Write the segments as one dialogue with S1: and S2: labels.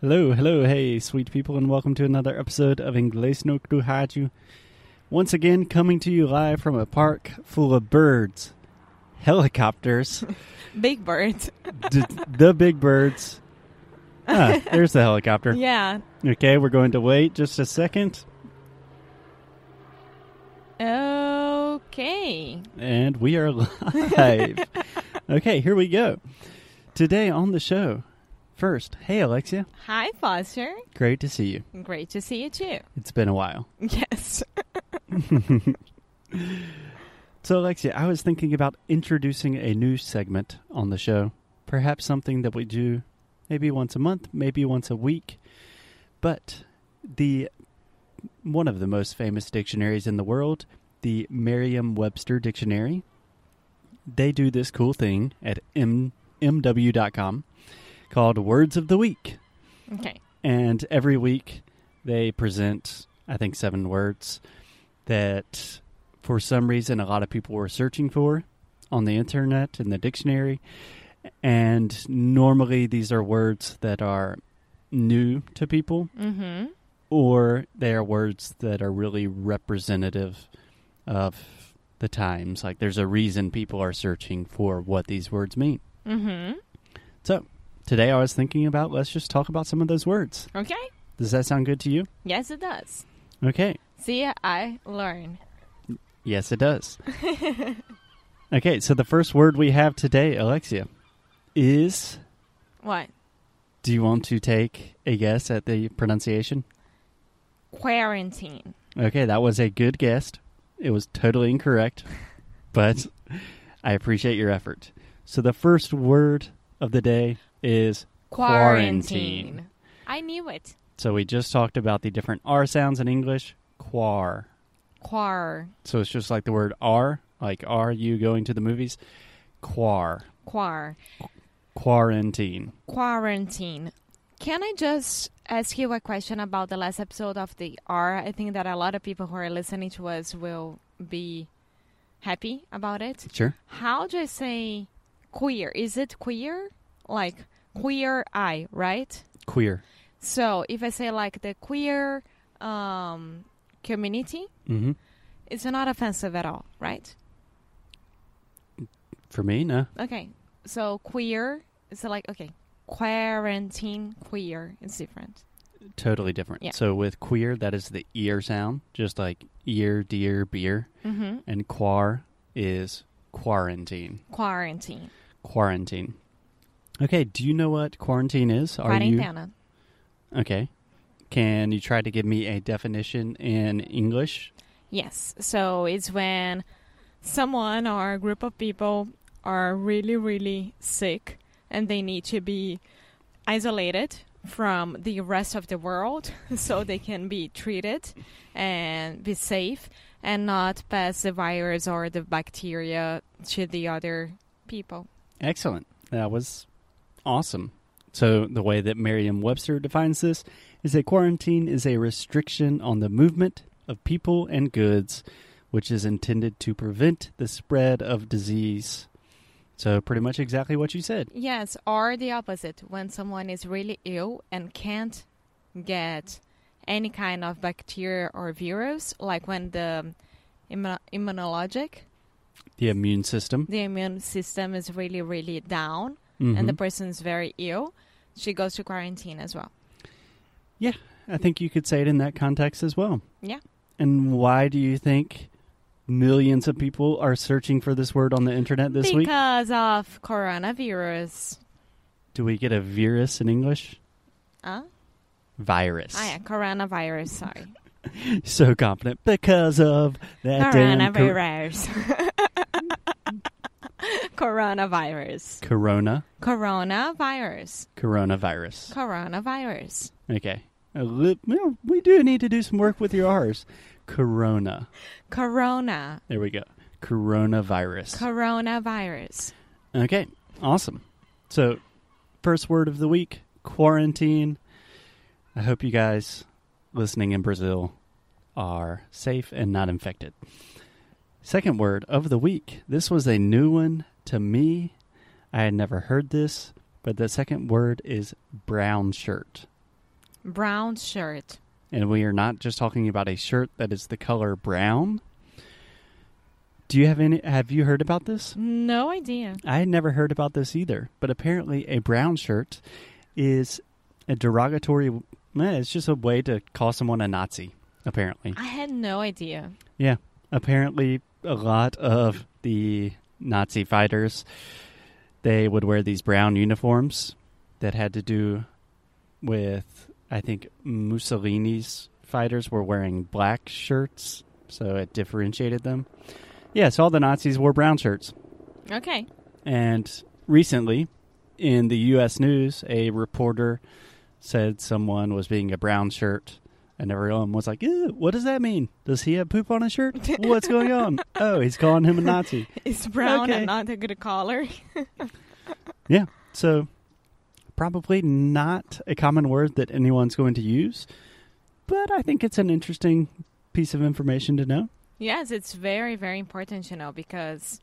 S1: Hello, hello, hey, sweet people, and welcome to another episode of Inglés no Crujaju. Once again, coming to you live from a park full of birds, helicopters,
S2: Big birds.
S1: d- the big birds. Ah, there's the helicopter.
S2: Yeah.
S1: Okay, we're going to wait just a second,
S2: Okay.
S1: and we are live. okay, here we go. Today on the show, first, hey, Alexia,
S2: Hi, Foster.
S1: great to see you.
S2: Great to see you too.
S1: It's been a while.
S2: Yes.
S1: So, Alexia, I was thinking about introducing a new segment on the show. Perhaps something that we do maybe once a month, maybe once a week. But the one of the most famous dictionaries in the world, the Merriam-Webster dictionary, they do this cool thing at m- mw.com called Words of the Week.
S2: Okay.
S1: And every week they present, I think, seven words that for some reason a lot of people were searching for on the internet, in the dictionary. And normally these are words that are new to people
S2: Mm-hmm.
S1: or they are words that are really representative of the times. Like there's a reason people are searching for what these words mean.
S2: Mm-hmm.
S1: So today I was thinking about let's just talk about some of those words.
S2: Okay.
S1: Does that sound good to you?
S2: Yes, it does.
S1: Okay.
S2: See, I learn.
S1: Yes, it does. okay, so the first word we have today, Alexia, is.
S2: What?
S1: Do you want to take a guess at the pronunciation?
S2: Quarantine.
S1: Okay, that was a good guess. It was totally incorrect, but I appreciate your effort. So the first word of the day is. Quarantine.
S2: I knew it.
S1: So we just talked about the different R sounds in English. Quar.
S2: Quar.
S1: So it's just like the word R, like are you going to the movies? Quar.
S2: Quar.
S1: Quarantine.
S2: Quarantine. Can I just ask you a question about the last episode of the R? I think that a lot of people who are listening to us will be happy about it.
S1: Sure.
S2: How do I say queer? Is it queer? Like queer eye, right?
S1: Queer.
S2: So if I say like the queer um, community,
S1: Mm-hmm.
S2: it's not offensive at all, right?
S1: For me, no.
S2: Okay. So queer is like okay, quarantine queer is different.
S1: Totally different.
S2: Yeah.
S1: So with queer, that is the ear sound, just like ear, deer, beer.
S2: Mm-hmm.
S1: And quar is quarantine.
S2: Quarantine.
S1: Quarantine. Okay, do you know what quarantine is? Are you
S2: Quarentena.
S1: Okay. Can you try to give me a definition in English?
S2: Yes. So it's when someone or a group of people are really, really sick and they need to be isolated from the rest of the world so they can be treated and be safe and not pass the virus or the bacteria to the other people.
S1: Excellent. That was awesome. So, the way that Merriam Webster defines this is a quarantine is a restriction on the movement of people and goods, which is intended to prevent the spread of disease. So, pretty much exactly what you said.
S2: Yes, or the opposite, when someone is really ill and can't get any kind of bacteria or virus, like when the immuno- immunologic,
S1: The immune system.
S2: the immune system is really, really down,
S1: Mhm.
S2: and the person is very ill, she goes to quarantine as well.
S1: Mm-hmm. I think you could say it in that context as well.
S2: Yeah.
S1: And why do you think millions of people are searching for this word on the internet this week?
S2: because of coronavirus.
S1: Do we get a virus in English?
S2: Huh?
S1: Virus.
S2: Ah, yeah, coronavirus, sorry.
S1: so confident because of that damn cor-
S2: coronavirus. coronavirus.
S1: corona
S2: Coronavirus.
S1: coronavirus.
S2: Coronavirus.
S1: Okay, a li- well, we do need to do some work with your R's. Corona.
S2: Corona.
S1: There we go. Coronavirus.
S2: Coronavirus.
S1: okay, awesome. So, first word of the week: quarantine. I hope you guys listening in Brazil are safe and not infected. Second word of the week. This was a new one to me. I had never heard this, but the second word is brown shirt.
S2: brown shirt.
S1: And we are not just talking about a shirt that is the color brown. Do you have any have you heard about this?
S2: No idea.
S1: I had never heard about this either, but apparently a brown shirt is a derogatory eh, it's just a way to call someone a Nazi, apparently.
S2: I had no idea.
S1: Apparently a lot of the Nazi fighters they would wear these brown uniforms that had to do with I think Mussolini's fighters were wearing black shirts, so it differentiated them. Yes, all the Nazis wore brown shirts.
S2: Okay.
S1: And recently, in the U.S. news, a reporter said someone was being a brown shirt, and everyone was like, "Ew, "What does that mean? Does he have poop on his shirt? What's going on? Oh, he's calling him a Nazi."
S2: It's brown
S1: Okay.
S2: and not a good color.
S1: So, probably not a common word that anyone's going to use, but I think it's an interesting piece of information to know.
S2: Yes, it's very, very important to know because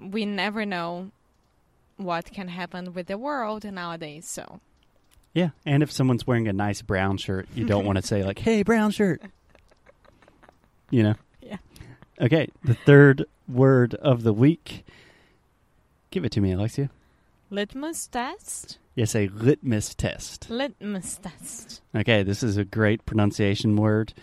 S2: we never know what can happen with the world nowadays. So,
S1: Yeah, and if someone's wearing a nice brown shirt, you don't want to say like, "Hey, brown shirt." You know.
S2: Yeah.
S1: Okay, the third word of the week. Give it to me, Alexia.
S2: litmus test?
S1: Yes, a litmus test.
S2: Litmus test.
S1: Okay, this is a great pronunciation word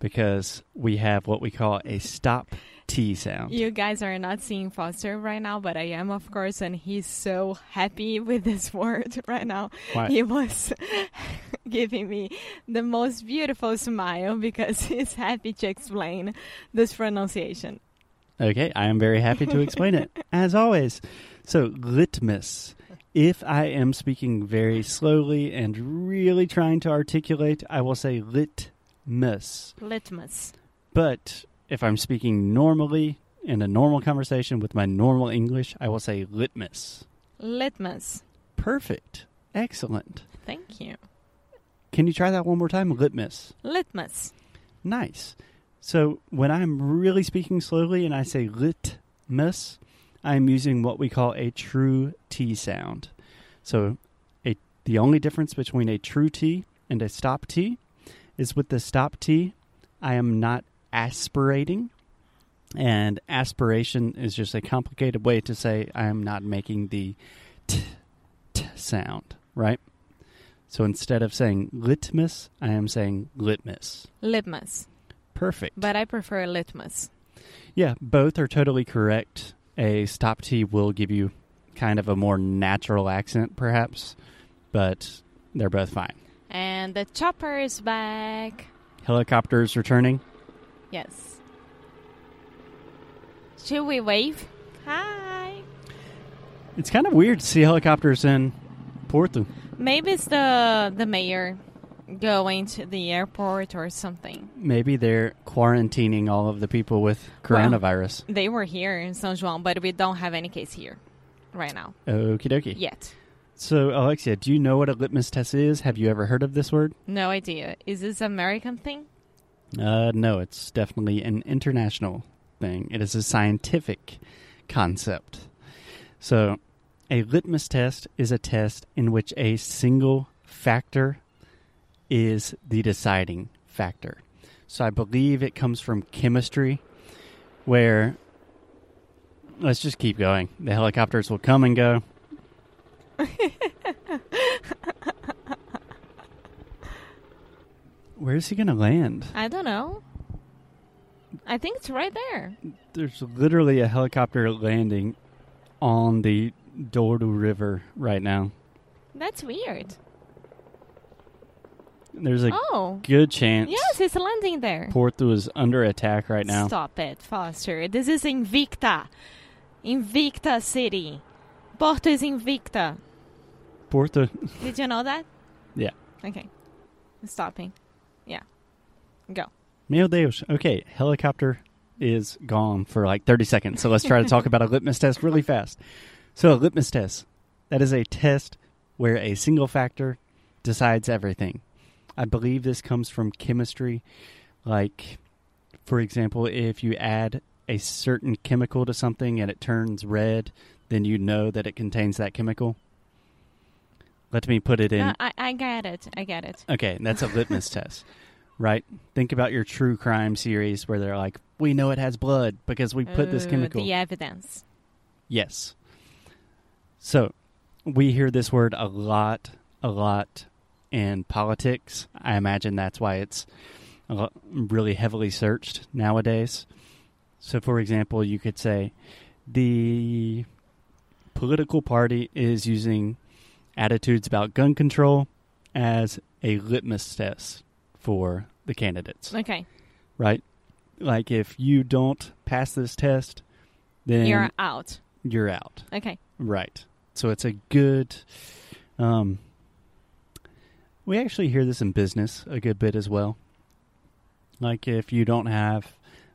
S1: because we have what we call a stop T sound.
S2: You guys are not seeing Foster right now, but I am, of course, and he's so happy with this word right now.
S1: Why-
S2: He was giving me the most beautiful smile because he's happy to explain this pronunciation.
S1: Okay, I am very happy to explain it, as always. So, litmus. If I am speaking very slowly and really trying to articulate, I will say litmus.
S2: Litmus.
S1: But if I'm speaking normally in a normal conversation with my normal English, I will say litmus.
S2: Litmus.
S1: Perfect. Excellent.
S2: Thank you.
S1: Can you try that one more time? Litmus.
S2: Litmus.
S1: Nice. So when I'm really speaking slowly and I say litmus, I'm using what we call a true T sound. So a, the only difference between a true T and a stop T is with the stop T, I am not aspirating. And aspiration is just a complicated way to say I am not making the t, t sound, right? So instead of saying litmus, I am saying litmus.
S2: Litmus.
S1: Perfect.
S2: But I prefer litmus.
S1: yeah, both are totally correct. A stop T will give you kind of a more natural accent, perhaps, but they're both fine.
S2: And the chopper is back.
S1: Helicopters returning.
S2: Yes. Should we wave? Hi.
S1: It's kind of weird to see helicopters in Porto.
S2: Maybe it's the the mayor going to the airport or something.
S1: Maybe they're quarantining all of the people with
S2: Wow.
S1: coronavirus.
S2: They were here in San Juan, but we don't have any case here right now
S1: Okie dokie.
S2: yet.
S1: So, Alexia, do you know what a litmus test is? Have you ever heard of this word?
S2: No idea. Is this American thing?
S1: Uh, no, it's definitely an international thing. It is a scientific concept. So, a litmus test is a test in which a single factor is the deciding factor. So, I believe it comes from chemistry, where let's just keep going. The helicopters will come and go. Where is he going to land?
S2: I don't know. I think it's right there.
S1: There's literally a helicopter landing on the Dordu River right now.
S2: That's weird.
S1: There's a
S2: oh.
S1: good chance
S2: Yes, it's landing there.
S1: Porto is under attack right now.
S2: Stop it, Foster. This is Invicta. Invicta City. Porto is Invicta.
S1: Porto,
S2: Did you know that?
S1: Yeah.
S2: Okay. Stopping. Yeah. Go.
S1: meu Deus. Okay, helicopter is gone for like 30 seconds. So let's try to talk about a litmus test really fast. So, a litmus test that is a test where a single factor decides everything. I believe this comes from chemistry. Like, for example, if you add a certain chemical to something and it turns red, then you know that it contains that chemical. Let me put it in.
S2: Uh, I, I get it. I get it.
S1: Okay, and that's a litmus test, right? Think about your true crime series where they're like, we know it has blood because we put this
S2: Uh,
S1: chemical.
S2: The evidence.
S1: Yes. So we hear this word a lot, a lot in politics. I imagine that's why it's a lo- really heavily searched nowadays. So, for example, you could say the political party is using attitudes about gun control as a litmus test for the candidates,
S2: Okay,
S1: right? Like, if you don't pass this test, then
S2: you're out.
S1: you're out.
S2: Okay,
S1: Right. So it's a good. Um, we actually hear this in business a good bit as well. Like if you don't have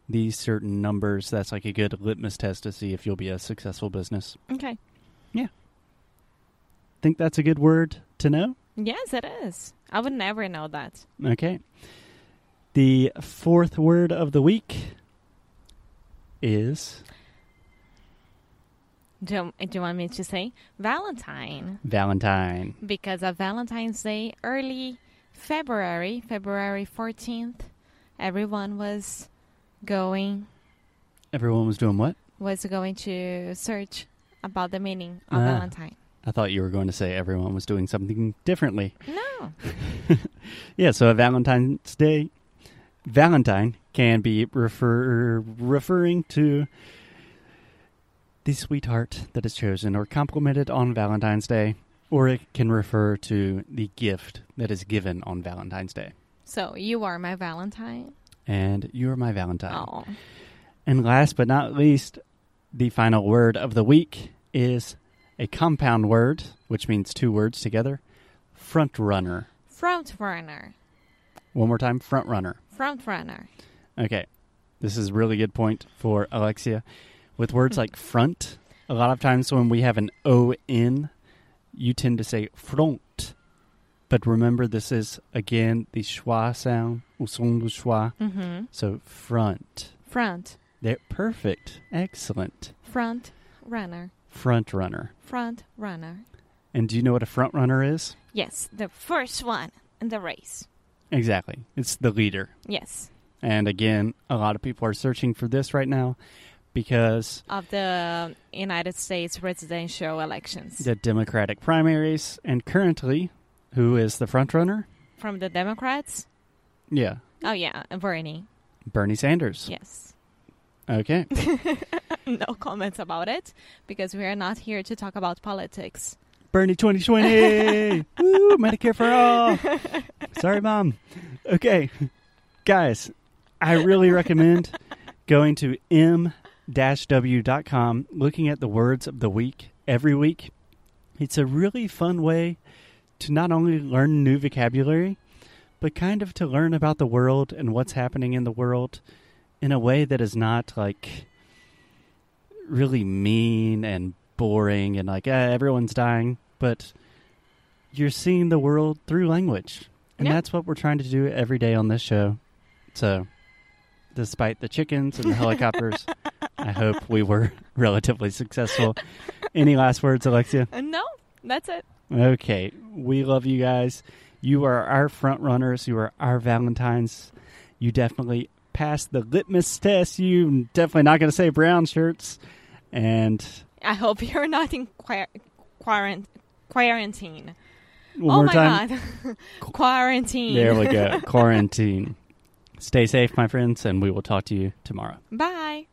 S1: these certain numbers, that's like a good litmus test to see if you'll be a successful business.
S2: okay.
S1: Think that's a good word to know?
S2: Yes, it is. I would never know that.
S1: Okay. The fourth word of the week is
S2: Do, do you want me to say Valentine?
S1: Valentine.
S2: Because of Valentine's Day, early February, February 14th, everyone was going
S1: Everyone was doing what?
S2: was going to search about the meaning of
S1: Ah.
S2: Valentine.
S1: I thought you were going to say everyone was doing something differently.
S2: No.
S1: Yeah, so a Valentine's Day, Valentine can be refer referring to the sweetheart that is chosen or complimented on Valentine's Day, or it can refer to the gift that is given on Valentine's Day.
S2: So you are my Valentine.
S1: And you are my Valentine.
S2: Oh.
S1: And last but not least, the final word of the week is a compound word, which means two words together. Front runner.
S2: Front runner.
S1: One more time, front runner.
S2: Front runner.
S1: Okay. This is a really good point for Alexia. With words like front, a lot of times when we have an O in, you tend to say front. But remember, this is again the schwa sound, o son du schwa.
S2: Mm-hmm.
S1: So front.
S2: Front.
S1: They're perfect. Excellent.
S2: Front runner.
S1: Front runner.
S2: Front runner.
S1: And do you know what a front runner is?
S2: Yes, the first one in the race.
S1: Exactly. It's the leader.
S2: Yes,
S1: And again, a lot of people are searching for this right now because
S2: of the United States presidential elections
S1: the Democratic primaries, and currently, who is the front runner?
S2: from the Democrats.
S1: Yeah,
S2: Oh yeah, Bernie.
S1: Bernie Sanders.
S2: Yes.
S1: Okay,
S2: No comments about it because we are not here to talk about politics.
S1: Bernie 2020. Woo, Medicare for all. Sorry, mom. Okay, guys, I really recommend going to m-w.com, looking at the words of the week every week. It's a really fun way to not only learn new vocabulary, but kind of to learn about the world and what's happening in the world in a way that is not like really mean and boring and like eh, everyone's dying, but you're seeing the world through language. And
S2: Yeah.
S1: that's what we're trying to do every day on this show. So, despite the chickens and the helicopters, I hope we were relatively successful. Any last words, Alexia?
S2: Uh, no, that's it.
S1: Okay. We love you guys. You are our front runners. You are our Valentines. You definitely passed the litmus test. You definitely not going to say brown shirts. And
S2: I hope you're not in quar- quarant- quarantine.
S1: one
S2: oh
S1: more
S2: my
S1: time.
S2: god, quarantine.
S1: There we go. Quarantine. Stay safe, my friends, and we will talk to you tomorrow.
S2: Bye.